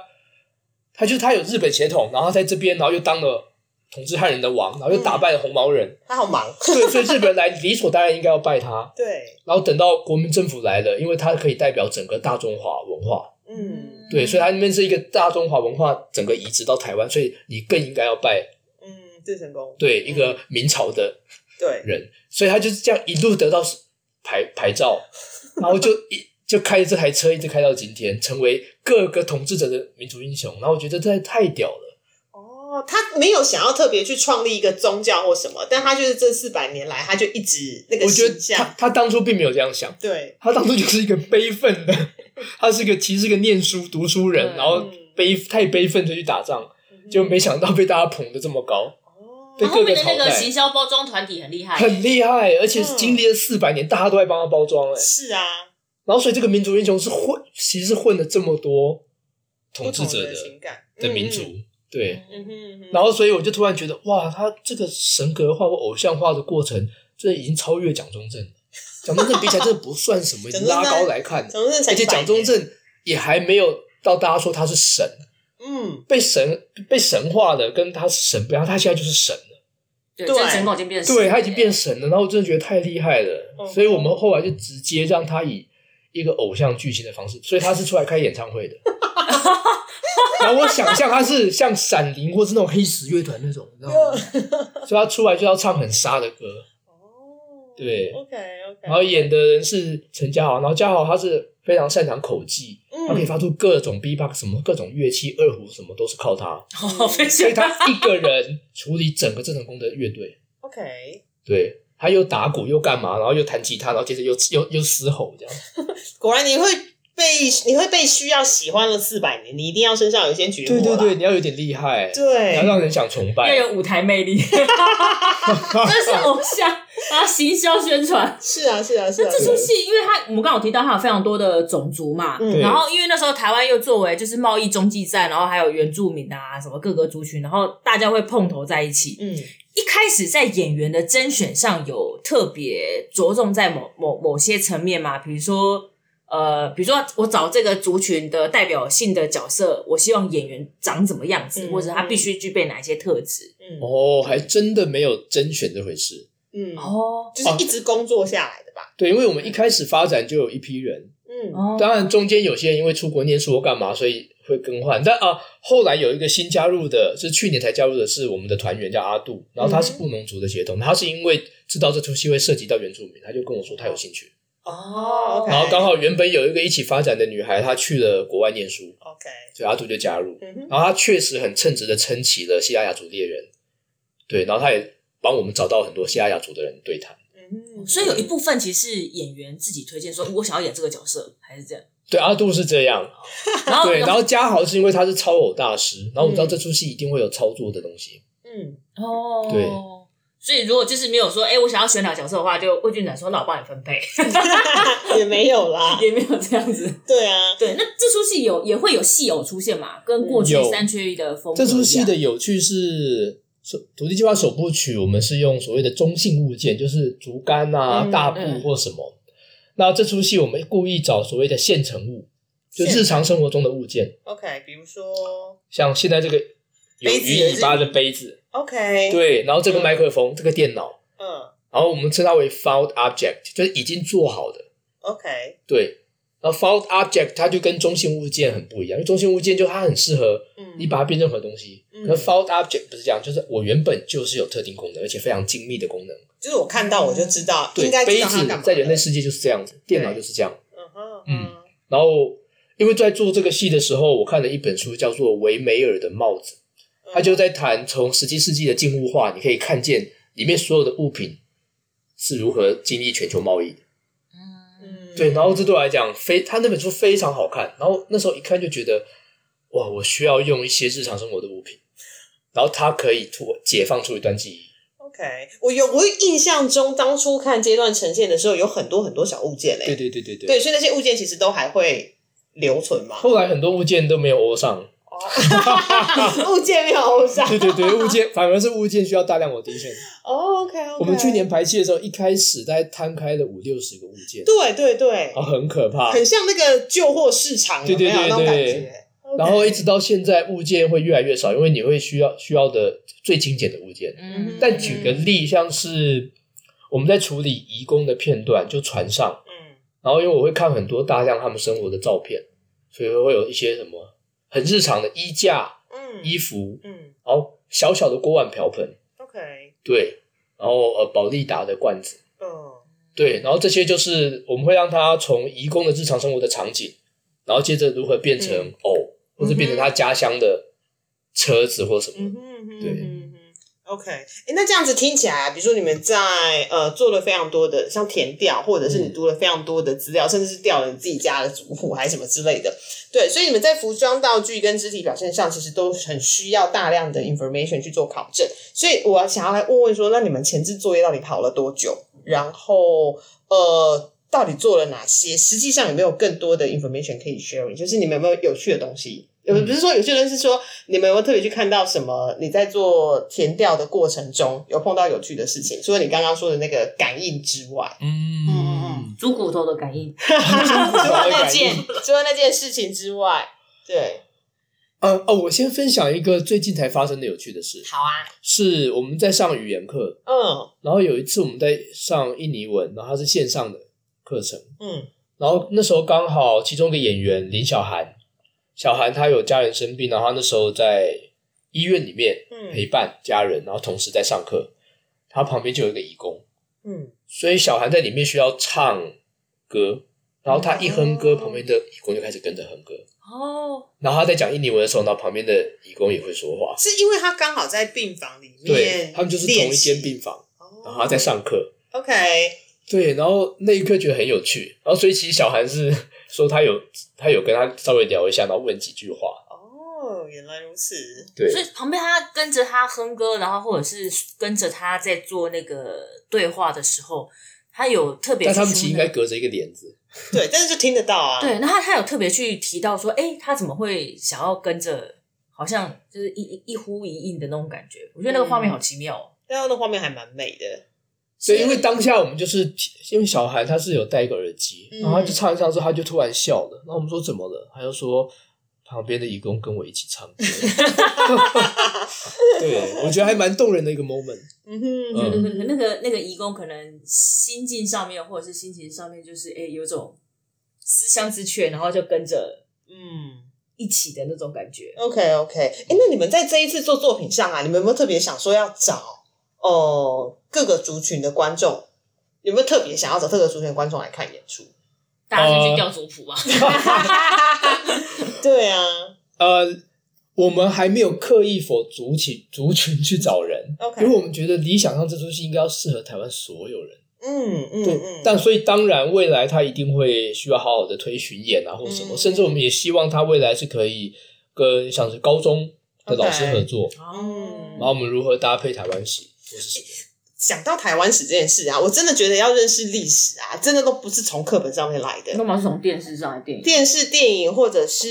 C: 他就是他有日本血统，然后他在这边，然后又当了统治汉人的王，然后又打败了红毛人，
A: 他好忙，
C: 对，所以日本人来理所当然应该要拜他。
A: 对，
C: 然后等到国民政府来了，因为它可以代表整个大中华文化，
A: 嗯
C: 对，所以它那边是一个大中华文化整个移植到台湾，所以你更应该要拜
A: 嗯，郑成功，
C: 对一个明朝的
A: 对，
C: 人，所以他就是这样一路得到牌牌照，然后就一就开着这台车一直开到今天，成为各个统治者的民族英雄。然后我觉得这太屌了，
A: 哦，他没有想要特别去创立一个宗教或什么，但他就是这四百年来，他就一直那个
C: 我觉得
A: 形
C: 他
A: 象，
C: 他当初并没有这样想，
A: 对，
C: 他当初就是一个悲愤的，他是一个其实是个念书读书人，
B: 嗯
C: 然后悲太悲愤就去打仗。就没想到被大家捧得这么高，
A: 嗯哦
C: 对
B: 然
C: 各
B: 后
C: 个
B: 后面的那
C: 朝
B: 个
C: 代
B: 行销包装团体很
A: 哎
B: 厉害，
C: 很厉害，而
A: 嗯
C: 且是经历了四百年，大家都在帮他包装哎、
A: 是啊，
C: 然后所以这个民族英雄是混，其实是混了这么多
A: 不
C: 统治
A: 同
C: 者
A: 的
C: 的
A: 情感
C: 的民族，，对。
A: 嗯嗯哼，嗯哼
C: 然后所以我就突然觉得，哇，他这个神格化或偶像化的过程，这已经超越蒋中 正了。蒋中正比起来，这不算什么，已经拉高来看了。
A: 蒋中正才
C: 而且蒋中正也还没有到大家说他是神，
A: 百年，嗯，
C: 被神被神化的，跟他是神不一样，他现在就是神了。
B: 对，
A: 对
B: 郑成功已经变成
C: 对他已经变神了，然后我真的觉得太厉害了，
A: 嗯
C: 所以我们后来就直接让他以一个偶像巨星的方式，所以他是出来开演唱 会的。然后我想象他是像闪灵或是那种黑石乐团那种，你知道吗？
A: 嗯
C: 所以他出来就要唱很沙的歌，
A: 哦，
C: 对
A: ，OK OK，
C: 然后演的人是陈嘉豪，然后嘉豪他是非常擅长口技，他可以
A: 嗯，
C: 发出各种 B-box 什么各种乐器、二胡什么都是靠他，
B: 哦，非
C: 所以
B: 常
C: 他一个人处理整个郑成功的乐队。
A: OK，
C: 对，他又打鼓又干嘛，然后又弹吉他，然后接着又又又嘶吼这样。
A: 果然你会被你会被需要喜欢了四百年，你一定要身上有一些绝活
C: 对对
A: 啦
C: 对，你要有点厉害，你要
A: 对，
C: 让人想崇
B: 要
C: 拜。
B: 有舞台魅力，这是偶像，然后行销宣传。
A: 是啊是啊是
B: 那
A: 啊，
B: 这
A: 是
B: 出
A: 啊
B: 戏，因为它我们刚刚有提到，它有非常多的种族嘛，
A: 嗯
C: 对
B: 然后因为那时候台湾又作为就是贸易中继站，然后还有原住民啊什么各个族群，然后大家会碰头在一起。
A: 嗯
B: 一开始在演员的甄选上有特别着重在某某某些层面嘛，比如说呃，比如说我找这个族群的代表性的角色，我希望演员长怎么样子，
A: 嗯
B: 或者他必须具备哪一些特质。
A: 嗯
C: 哦，还真的没有甄选这回事。
A: 嗯，
B: 哦
A: 就是一直工作下来的吧，
C: 对，因为我们一开始发展就有一批人，
A: 嗯
B: 哦，
C: 当然中间有些人因为出国念书或干嘛，所以会更换。但啊，后来有一个新加入的，是去年才加入的，是我们的团员叫阿杜，然后他是布农族的血统，他是因为知道这出戏会涉及到原住民，他就跟我说他有兴趣。
A: 哦
C: 然后刚好原本有一个一起发展的女孩，她去了国外念书，
A: OK，
C: 所以阿杜就加入。
A: 嗯哼，
C: 然后他确实很称职的撑起了西拉雅族猎人，对，然后他也帮我们找到很多西拉雅族的人对谈。
A: 嗯
C: 哦
A: 哼，
B: 所以有一部分其实是演员自己推荐说，我想要演这个角色，还是这样。
C: 对，阿杜是这样，
B: 然后
C: 对，
B: 哦有
C: 然后嘉豪是因为他是超偶大师，然后我们知道这出戏一定会有操作的东西，
A: 嗯，
B: 哦，
C: 对。
B: 所以如果就是没有说，哎、我想要选哪个角色的话，就魏俊展说，那我帮你分配，
A: 也没有啦，
B: 也没有这样子。
A: 对啊，
B: 对，那这出戏有也会有戏偶出现嘛？跟过去
C: 有
B: 三缺一的风格
C: 这
B: 一样，
C: 出戏的有趣是。首土地计划首部曲，我们是用所谓的中性物件，就是竹竿啊、
A: 嗯
C: 大布
B: 嗯
C: 或什么。那这出戏我们故意找所谓的现成物，就
B: 现成
C: 日常生活中的物件，
A: OK，比如说
C: 像现在这个有
A: 杯子
C: 鱼
A: 有一
C: 尾巴
A: 只
C: 的杯子，
A: OK，，
C: 对，然后这个麦克风，这个电脑，
A: 嗯
C: 然后我们称它为 found object，就是已经做好的。
A: ，OK，
C: 对，然后 found object 它就跟中性物件很不一样，因为中性物件就它很适合
A: 嗯，
C: 你把它变任何东西，
A: 嗯
C: 可是 found object 不是这样，就是我原本就是有特定功能，而且非常精密的功能。
A: 就是我看到我就知道，
C: 对
A: 应该，知
C: 杯
A: 道它
C: 子
A: 干嘛
C: 在人类
A: 的，
C: 世界就是这样子，电脑就是这样。
A: 嗯哼，
C: 嗯然后因为在做这个戏的时候，我看了一本书叫做《维梅尔的帽子》，
A: 嗯，
C: 他就在谈从十七世纪的静物化，你可以看见里面所有的物品是如何经历全球贸易的。
A: 嗯
C: 对，然后这对我来讲非他那本书非常好看，然后那时候一看就觉得哇，我需要用一些日常生活的物品，然后它可以突解放出一段记忆。
A: OK，我有我印象中当初看阶段呈现的时候，有很多很多小物件嘞、欸
C: 对对对对对。
A: 对，所以那些物件其实都还会留存 嘛，
C: 后来很多物件都没有欧上，
A: 物件没有偶像。
C: 对对对，物件反而是物件需要大量 audition。
A: 哦 OK，,
C: 我们去年排戏的时候，一开始大概摊开了五六十个物件，
A: 对对对，
C: 然后很可怕，
A: 很像那个旧货市场，
C: 哦对对
A: 有没有
C: 对
A: 那种感
C: 对
A: 觉。
C: 然后一直到现在，物件会越来越少，因为你会需要需要的最精简的物件。
B: 嗯，
C: 但举个例，像是我们在处理移工的片段，就船上，
A: 嗯
C: 然后因为我会看很多大量他们生活的照片，所以会有一些什么很日常的衣架、
A: 嗯
C: 衣服，
A: 嗯
C: 然后小小的锅碗瓢盆，
A: OK，
C: 对，然后呃宝利达的罐子，
A: 嗯
C: 对，然后这些就是我们会让他从移工的日常生活的场景，然后接着如何变成
A: 嗯
C: 偶，或者变成他家乡的车子或什么的。
A: 嗯哼嗯哼
C: 对
A: 嗯哼 OK，诶那这样子听起来，比如说你们在呃做了非常多的像填调，或者是你
C: 嗯
A: 读了非常多的资料，甚至是调了你自己家的族谱还是什么之类的，对，所以你们在服装、道具跟肢体表现上，其实都很需要大量的 information 去做考证。所以我想要来问问说，那你们前置作业到底跑了多久？然后呃，到底做了哪些？实际上有没有更多的 information 可以 sharing？就是你们有没有有趣的东西？有
C: 嗯
A: 不是说有趣的东西，是说你们有没有特别去看到什么？你在做填调的过程中有碰到有趣的事情？除了你刚刚说的那个感应之 外，
C: 嗯
A: 嗯
B: 猪骨头的感 应，
A: 除了那
C: 感
A: 件
C: 应
A: 除了那件事情之外，对，
C: 呃哦，我先分享一个最近才发生的有趣的事，
A: 好啊，
C: 是我们在上语言课，
A: 嗯
C: 然后有一次我们在上印尼文，然后它是线上的课程，
A: 嗯
C: 然后那时候刚好其中一个演员林小涵，小涵她有家人生病，然后她那时候在医院里面
A: 嗯
C: 陪伴家人，然后同时在上课，她旁边就有一个义工，
A: 嗯
C: 所以小涵在里面需要唱歌，然后她一哼歌，旁边的义工就开始跟着哼歌，
B: 哦，
C: 然后她在讲印尼文的时候，然后旁边的义工也会说话，
A: 是因为他刚好在病房里
C: 对
A: 面，
C: 他们就是同
A: 练
C: 一
A: 习
C: 间病房，
A: 哦
C: 然后他在上课。
A: OK，
C: 对，然后那一刻觉得很有趣，然后所以其实小韩是 说他有他有跟他稍微聊一下，然后问几句话。
A: 哦，原来如此。
C: 对，
B: 所以旁边他跟着他哼歌，然后或者是跟着他在做那个对话的时候，他有特别
C: 但
B: 去
C: 他
B: 说
C: 们其实应该隔着一个帘子。
A: 对，但是就听得到啊。
B: 那对，那他他有特别去提到说，哎、他怎么会想要跟着，好像就是一一一呼一应的那种感觉，我觉得那个画面好奇妙、哦。
A: 但那画面还蛮美的。
C: 所以因为当下我们就是因为小韩他是有戴一个耳机，
A: 嗯
C: 然后他就唱一唱之后他就突然笑了，然后我们说怎么了？他就说旁边的义工跟我一起唱歌。 对，我觉得还蛮动人的一个 moment。
A: 嗯哼
C: 嗯
B: 那个那个那个义工可能心境上面或者是心情上面，就是哎、诶有种思乡之雀，然后就跟着
A: 嗯，
B: 一起的那种感觉。
A: OK OK，哎、那你们在这一次做作品上啊，你们有没有特别想说要找哦、呃各个族群的观众？有没有特别想要找各个族群的观众来看演出？
B: 大家先去调族谱吧。
A: 对啊
C: 呃，我们还没有刻意否族群族群去找人
A: ，OK，
C: 因为我们觉得理想上这出戏应该要适合台湾所有人。
A: 嗯嗯
C: 对，
A: 嗯，
C: 但所以当然，未来他一定会需要好好的推巡演啊，或什么，
A: 嗯
C: 甚至我们也希望他未来是可以跟像是高中的老师
A: OK
C: 合作
A: 嗯
B: 哦
C: 然后我们如何搭配台湾戏或是什么。
A: 讲到台湾史这件事啊，我真的觉得要认识历史啊，真的都不是从课本上面来的。
B: 干嘛是从电视上来电影、
A: 电视、电影或者是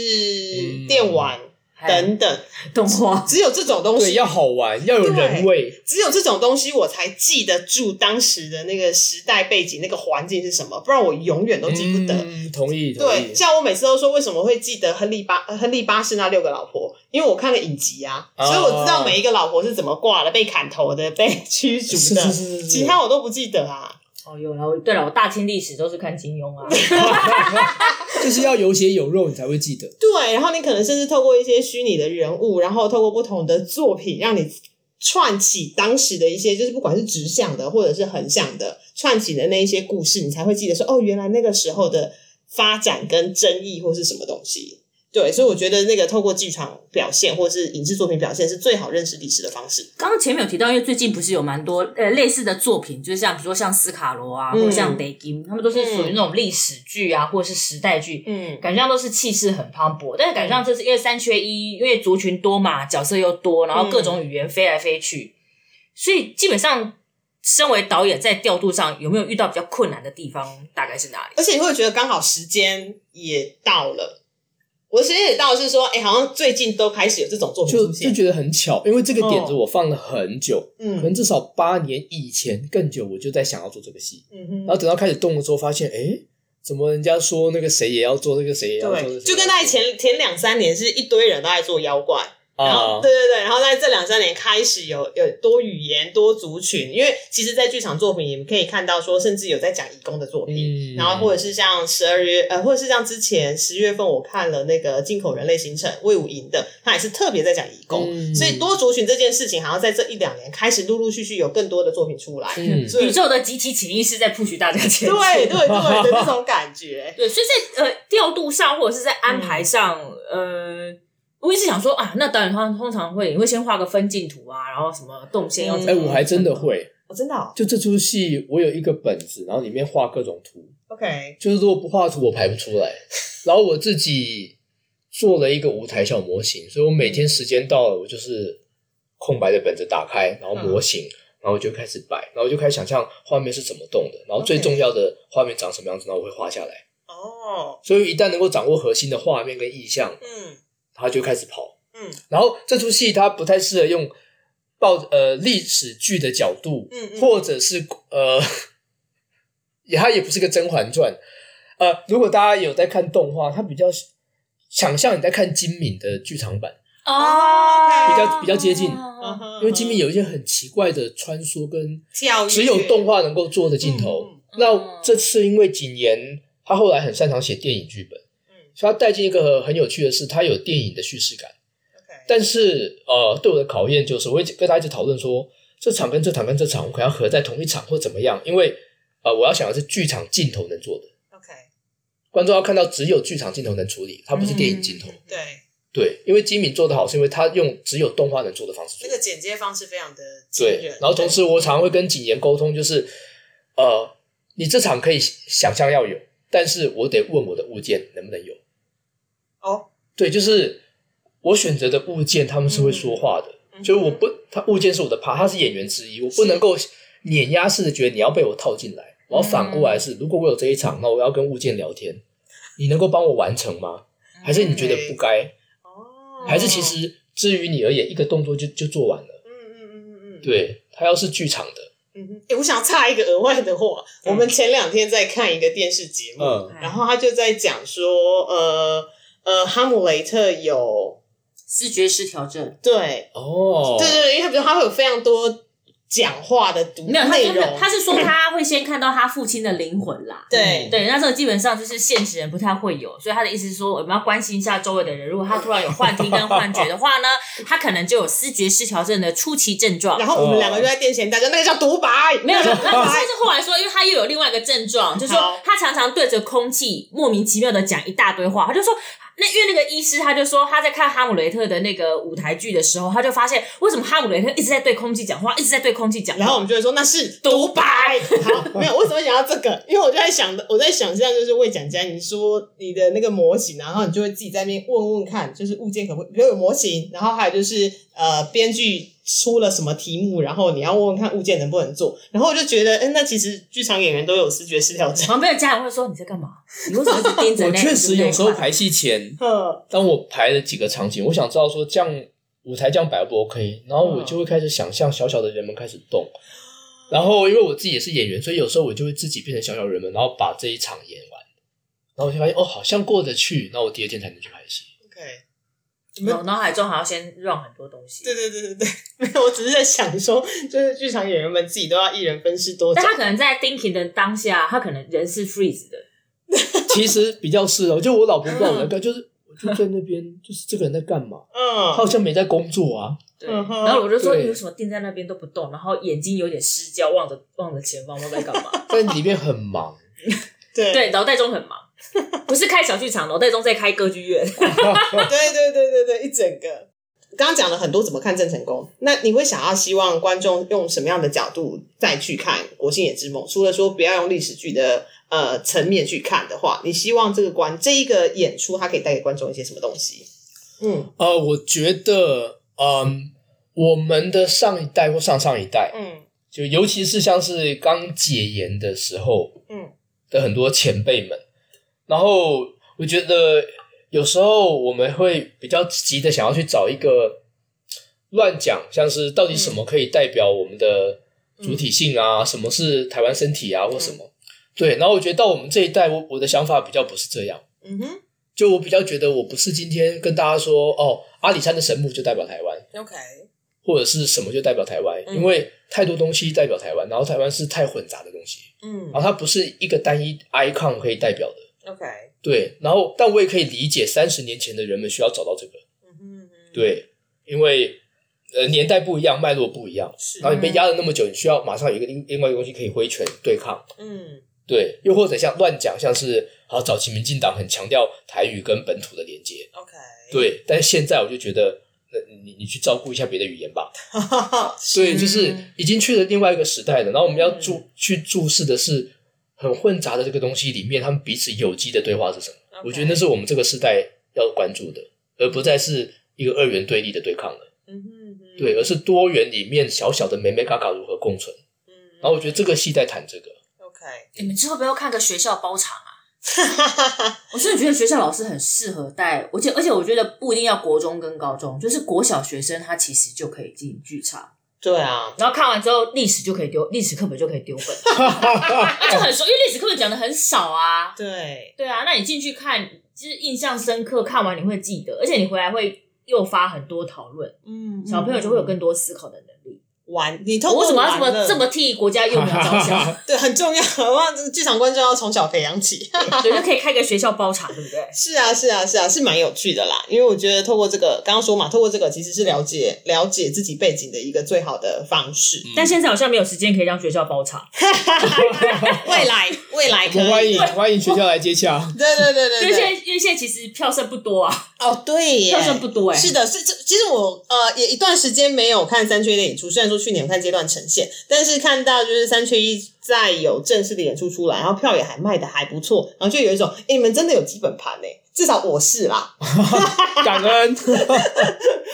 C: 嗯
A: 电玩等等，
B: 动画？
A: 只有这种东
C: 对，
A: 西
C: 要，好玩，要有人味，
A: 只有这种东西我才记得住当时的那个时代背景、那个环境是什么，不然我永远都记不得。
C: 嗯，同意，同
A: 对，
C: 意。
A: 像我每次都说为什么会记得亨利八呃亨利八世那六个老婆，因为我看了影集啊，
C: 哦
A: 所以我知道每一个老婆是怎么挂的，被砍头的，被驱逐
C: 是
A: 的，
C: 是是是
A: 其他我 都不记得啊。
B: 哦，有了。对了，我大清历史都是看金庸啊。
C: 就是要有血有肉，你才会记得。
A: 对，然后你可能甚至透过一些虚拟的人物，然后透过不同的作品，让你串起当时的一些，就是不管是直向的或者是横向的，串起的那一些故事，你才会记得说，哦，原来那个时候的发展跟争议或是什么东西。对，所以我觉得那个透过剧场表现或是影视作品表现是最好认识历史的方式。
B: 刚刚前面有提到，因为最近不是有蛮多呃类似的作品，就是像比如说像斯卡罗啊，
A: 嗯
B: 或者像北京，他们都是属于那种历史剧啊，或者是时代剧，
A: 嗯
B: 感觉上都是气势很磅礴。但是感觉上这是因为三缺一，因为族群多嘛，角色又多，然后各种语言飞来飞去，所以基本上身为导演在调度上有没有遇到比较困难的地方，大概是哪里？
A: 而且你会觉得刚好时间也到了，我的时间也到了是说，哎、好像最近都开始有这种作品出
C: 就就
A: 现。
C: 觉得很巧，因为这个点子
A: 哦
C: 我放了很久，可能
A: 嗯
C: 至少八年以前更久，我就在想要做这个戏。
A: 嗯
C: 然
A: 哼
C: 后，等到开始动的时候，发现哎，诶怎么人家说那个谁也要做，这个谁也要做，这
A: 对，
C: 个谁
A: 就跟
C: 也要
A: 在
C: 做
A: 前前两三年是一堆人都在做妖怪，然后
C: 啊
A: 对对对，然后在这两三年开始有有多语言、多族群，因为其实，在剧场作品你们可以看到说，甚至有在讲义工的作品。
C: 嗯
A: 然后，或者是像十二月，呃，或者是像之前十月份，我看了那个进口人类行程魏武营的，他也是特别在讲义工，
C: 嗯
A: 所以多族群这件事情，好像在这一两年开始陆陆续续有更多的作品出来，
C: 嗯
A: 所
B: 宇
A: 以
B: 宙的集体潜意识在 push 大家前进。
A: 对对对 的那种感觉，
B: 对，所以在呃调度上或者是在安
C: 嗯
B: 排上，呃，我一直想说啊，那导演通通常会你会先画个分镜图啊，然后什么动线要怎么？
C: 哎，我还真的。会，
A: 我真的哦
C: 就这出戏，我有一个本子，然后里面画各种图，
A: ，OK，
C: 就是如果不画图，我排不出来。然后我自己做了一个舞台小模型，所以我每天时间到了，我就是空白的本子打开，然后
A: 嗯
C: 模型，然后我就开始摆，然后我就开始想象画面是怎么动的，然后最
A: OK
C: 重要的画面长什么样子，然后我会画下来。
A: 哦，
C: 所以一旦能够掌握核心的画面跟意象，
A: 嗯
C: 他就开始跑。
A: 嗯
C: 然后这出戏它不太适合用报呃历史剧的角度，
A: 嗯嗯
C: 或者是呃， 也它也不是个《甄嬛传》。呃，如果大家有在看动画，它比较想象你在看金敏的剧场版，
B: 哦，
C: 比较比较接近
A: 嗯哼
C: 因为金敏有一些很奇怪的穿梭跟
A: 跳跃
C: 只有动画能够做的镜头。
A: 嗯
C: 那这次因为谨言，他后来很擅长写电影剧本，
A: 嗯
C: 所以他带进一个很有趣的是，他有电影的叙事感。
A: ，OK，
C: 但是呃，对我的考验就是，我会跟他一直讨论说，这场跟这场跟这场，我可能要合在同一场或怎么样，因为呃，我要想的是剧场镜头能做的，
A: OK，
C: 观众要看到只有剧场镜头能处理，它不是电影镜头。
A: 嗯对，
C: 对，因为金敏做的好，是因为他用只有动画能做的方式做
A: 那。个剪接方式非常的惊
C: 对
A: 人，，
C: 然后同时我常会跟景言沟通，就是呃，你这场可以想象要有，但是我得问我的物件能不能有。
A: 哦，
C: 对，就是我选择的物件，他们是会说话的，
A: 嗯
C: 就是我不，他物件是我的趴，他是演员之一，我不能够碾压式的觉得你要被我套进来。然后反过来
A: 嗯
C: 是，如果我有这一场，那我要跟物件聊天，你能够帮我完成吗？
A: 嗯
C: 还是你觉得不该？
A: 哦，
C: 还是其实至于你而言，一个动作就就做完了？
A: 嗯嗯嗯嗯嗯，
C: 对，他要是剧场的，
A: 嗯哼，诶我想插一个额外的话，我们前两天在看一个电视节目，
C: 嗯，
A: 然后他就在讲说，呃呃，哈姆雷特有
B: 视觉失调症，
A: 对
C: 哦，
A: 对对，对因为他比如他会有非常多讲话的读
B: 没有，他
A: 内
B: 真的
A: 容，
B: 他是说他会先看到他父亲的灵魂啦。
A: 对
B: 对，那这个基本上就是现实人不太会有，所以他的意思是说，我们要关心一下周围的人。如果他突然有幻听跟幻觉的话呢，他可能就有思觉失调症的初期症状
A: 然。后我们两个就在电线大家那个叫独白，
B: 没有，
A: 那
B: 那
A: 个
B: 那
A: 叫独白
B: 他是后来说，因为他又有另外一个症状，就是说
A: 好
B: 他常常对着空气莫名其妙的讲一大堆话，他就说。那因为那个医师，他就说他在看《哈姆雷特》的那个舞台剧的时候，他就发现为什么哈姆雷特一直在对空气讲话，一直在对空气讲话。
A: 然后我们就会说那是独白。好，没有，为什么会想到这个？因为我就在想的，我在想象就是魏展佳，你说你的那个模型，然后你就会自己在那边问问看，就是物件可不可以，比如有模型，然后还有就是呃，编剧出了什么题目，然后你要问问看物件能不能做。然后我就觉得，哎，那其实剧场演员都有视觉失调症。
B: 旁边的家人会说：“你在干嘛？你为什么一直盯着
C: 我
B: 那？”
C: 确实有时候
B: 那一块
C: 排戏前，
A: 呵，
C: 当我排了几个场景，我想知道说这样舞台这样摆不 OK，然后
B: 嗯
C: 我就会开始想象小小的人们开始动。然后，因为我自己也是演员，所以有时候我就会自己变成小小人们，然后把这一场演完，然后我就发现哦，好像过得去，那我第二天才能去拍 戏。
A: OK，你们
B: 脑脑海中还要先 run 很多东西。
A: 对对对对对， 没有，我只是在想说，就是剧场演员们自己都要一人分饰多角
B: 但。他可能在 thinking 的当下，他可能人是 freeze 的。
C: 其实比较是哦，就我老婆不知道我 在干，就是我就在那边，就是这个人在干嘛？他好
A: 嗯，
C: 像没在工作啊。
B: 对，
A: 嗯哼
B: 然后我就说
C: 对
B: 你为什么定在那边都不动，然后眼睛有点失焦，望着望着前方，我在干嘛？
C: 但里面 很忙，
A: 对
B: 对，脑袋中很 忙，不是开小剧场，脑袋中在开歌剧院。
A: 对对对对对，一整个。刚刚讲了很多怎么看郑成功，那你会想要希望观众用什么样的角度再去看《国庆野之梦》？除了说不要用历史剧的呃层面去看的话，你希望这个观这一个演出它可以带给观众一些什么东西？嗯
C: 呃，我觉得，嗯，我们的上一代或上上一代，
A: 嗯
C: 就尤其是像是刚解严的时候，
A: 嗯
C: 的很多前辈们，然后我觉得有时候我们会比较急的想要去找一个乱讲，像是到底什么可以代表我们的主体性
A: 嗯
C: 啊，什么是台湾身体啊，或什么。对，然后我觉得到我们这一代，我我的想法比较不是这样。
A: 嗯哼
C: 就我比较觉得，我不是今天跟大家说哦，阿里山的神木就代表台湾，
A: ，OK，
C: 或者是什么就代表台湾，
B: 嗯
C: 因为太多东西代表台湾，然后台湾是太混杂的东西，
A: 嗯
C: 然后它不是一个单一 icon 可以代表的。
A: ，OK，
C: 对，然后但我也可以理解三十年前的人们需要找到这个，
A: 嗯哼，，
C: 对，因为呃年代不一样，脉络不一样，
A: 是
C: 然后你被压了那么久，你需要马上有一个另另外一个东西可以挥拳对抗。
A: 嗯
C: 对，又或者像乱讲，像是好早期民进党很强调台语跟本土的连接，
A: ，OK，
C: 对，但现在我就觉得，那你你去照顾一下别的语言 吧。所以就是已经去了另外一个时代了，然后我们要注、
A: 嗯
C: 去注视的是很混杂的这个东西里面，他们彼此有机的对话是什么我觉得那是我们这个时代要关注的，而不再是一个二元对立的对抗了。
A: 嗯哼，
C: 对，而是多元里面小小的美美嘎嘎如何共存。然后我觉得这个戏在谈这个，
A: 嗯，OK，
B: 你们之后不要看个学校包 场啊！我真的觉得学校老师很适合带，而且而且我觉得不一定要国中跟高中，就是国小学生他其实就可以进剧场。
A: 对啊，
B: 然后看完之后，历史就可以丢，历史课本就可以丢 本，那就很熟，因为历史课本讲的很少啊。
A: 对，
B: 对啊，那你进去看，就是印象深刻，看完你会记得，而且你回来会诱发很多讨论，
A: 嗯哦
B: 小朋友就会有更多思考的能力。
A: 玩，你通
B: 我
A: 过
B: 为什么要这
A: 玩乐
B: 么这么替国家幼苗着想？
A: 对，很重要。我忘这个剧场观众要从小培养起。
B: 对，就可以开个学校包场，对不对？
A: 是啊，是啊，是啊，是蛮有趣的啦。因为我觉得透过这个，刚刚说嘛，透过这个其实是了解了解自己背景的一个最好的方式。
C: 嗯
B: 但现在好像没有时间可以让学校包场，
A: 未来，未来
C: 我
A: 可
C: 们欢
A: 以
C: 迎。欢迎学校来接洽。
A: 对对对
B: 因
A: 对
B: 为现
A: 对，
B: 在因为现在其实票剩不多啊，
A: 哦对耶
B: 票，剩不多哎、
A: 是的，是这其实我呃也一段时间没有看三缺一的演出，虽然说去年我看阶段呈现，但是看到就是三缺一在有正式的演出出来，然后票也还卖的还不错，然后就有一种，哎，你们真的有基本盘呢，至少我是啦，
C: 感恩，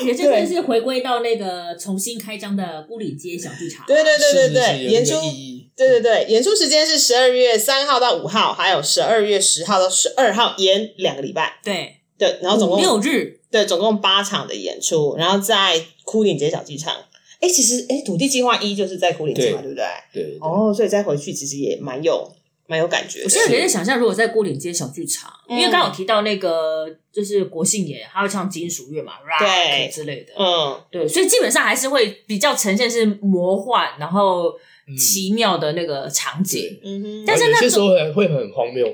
B: 也就是是回归到那个重新开张的孤岭街小剧场。
A: 对对对对
C: 是是
A: 对，
C: 有
A: 演
C: 这
A: 出
C: 个意义
A: 对对对，演出时间是十二月三号到五号，还有十二月十号到十二号演两个礼拜。
B: 对，
A: 对，然后总共
B: 六日
A: 对总共八场的演出，然后在枯岭街小剧场。哎，其实哎，土地计划一就是在枯岭街嘛，
C: 对
A: 对不对？
C: 对，对对
A: 哦，所以再回去其实也蛮有蛮有感觉
B: 我
A: 的。
B: 现在有点想象，如果在郭岭街小剧场，因
A: 嗯
B: 为刚刚有提到那个就是国庆爷，他会唱金属乐嘛
A: 对
B: ，rock 之类的，
A: 嗯，
B: 对，所以基本上还是会比较呈现是魔幻，然后
C: 嗯
B: 奇妙的那个场景。
A: 嗯哼，
B: 但是
C: 有
B: 那
C: 些
B: 种
C: 时候很会很 荒谬，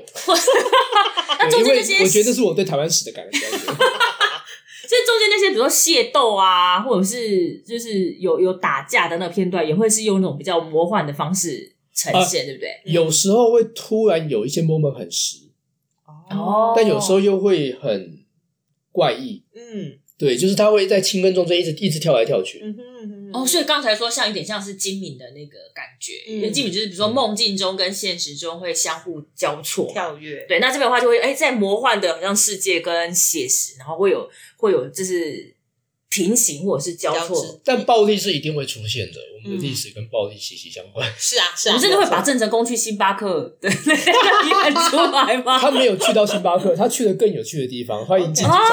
B: 那
C: 对
B: 中
C: 因
B: 间
C: 为
B: 那些，
C: 我觉得这是我对台湾史的感 觉。
B: 所以中间那些，比如说械斗啊，或者是就是有有打架的那个片段，也会是用那种比较魔幻的方式呈
A: 嗯
B: 现，对不对？
C: 有时候会突然有一些 moment 很实，
B: 哦
C: 但有时候又会很怪异。
A: 嗯
C: 对，就是他会在轻跟重中间一直一直跳来跳去。
A: 嗯哼嗯哼，
B: 哦，所以刚才说像一点像是金敏的那个感觉，
A: 嗯
B: 因为金敏就是比如说梦境中跟现实中会相互交错嘛，
A: 跳跃，
B: 对，那这边的话就会哎、在魔幻的好像世界跟写实，然后会有会有就是平行或者是交
A: 交织
B: 错。
C: 但暴力是一定会出现的，我
A: 嗯
C: 们的历史跟暴力息息相关。
A: 是啊是
B: 我
A: 啊，
B: 们真的会把郑成功去星巴克的那 个演出来 吗？
C: 他没有去到星巴克，他去了更有趣的地方。欢迎 进去讲话。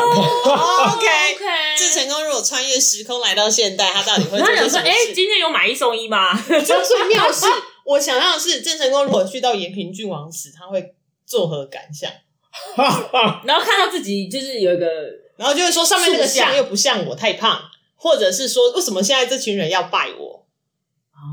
A: 哦 OK。
B: OK，
A: 郑成功如果穿越时空来到现代，他到底会
B: 然
A: 做
B: 后
A: 些
B: 想
A: 什
B: 说，
A: 么
B: 哎、
A: 事？
B: 今天有买一送一 吗？
A: 就是妙事。我想要的是，郑成功如果去到延平郡王祠，他会作何感想？哦
B: 然后看到自己就是有一个
A: 然后就会说上面那个
B: 树下
A: 像又不像我，太胖，或者是说为什么现在这群人要拜我？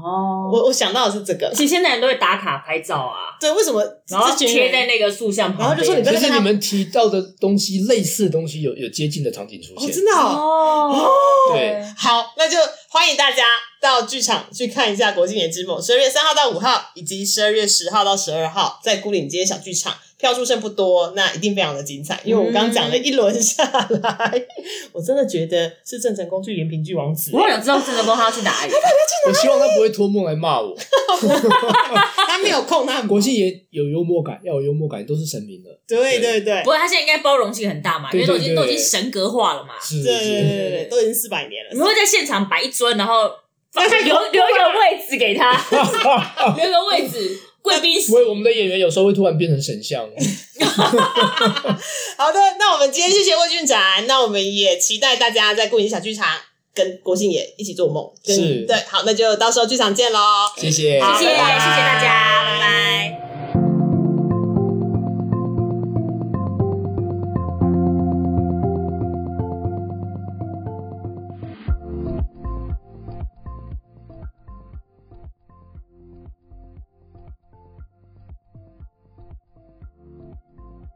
B: 哦，
A: 我我想到的是这个，
B: 其实现在人都会打卡拍照啊，
A: 对，为什么
B: 然后
A: 这群
B: 贴
A: 人
B: 在那个塑像旁边，
A: 然后就说你不
C: 就
A: 要
C: 是你们提到的东西，类似的东西有有接近的场景出
A: 哦，
C: 现。
A: 真的哦。
B: 哦，
C: 对，
A: 好，那就欢迎大家到剧场去看一下《国庆节之梦》，十二月三号到五号，以及十二月十号到十二号，在孤岭街小剧场，票数剩不多，那一定非常的精彩。因为我刚刚讲
C: 嗯
A: 了一轮下来，我真的觉得是郑成功去延平郡王祠，
B: 我好想知道郑成功他要去哪里。
C: 我希望他不会托梦来骂我。
A: 他没有空，他很
C: 国
A: 忙
C: 庆也有幽默感，要有幽默感，都是神明的。
A: 对对对
B: 不，过他现在应该包容性很大嘛，因
C: 对
B: 为都已经
C: 对对
B: 都已经神格化了嘛。
C: 是嗯
A: 对对
C: 是。
A: 对对，都已经四百年了
B: 你。会在现场摆一尊，然后放
A: 对
B: 留留一个位置给 他，留一个位置贵宾席
C: 因。为我们的演员有时候会突然变成神像。
A: 好的，那我们今天谢谢魏俊展，那我们也期待大家在顾影小剧场跟国庆也一起做梦。跟
C: 是
A: 对，好，那就到时候剧场见喽。
C: 谢谢，
A: 好
B: 谢谢，谢谢
A: 拜拜
B: 大家，拜拜。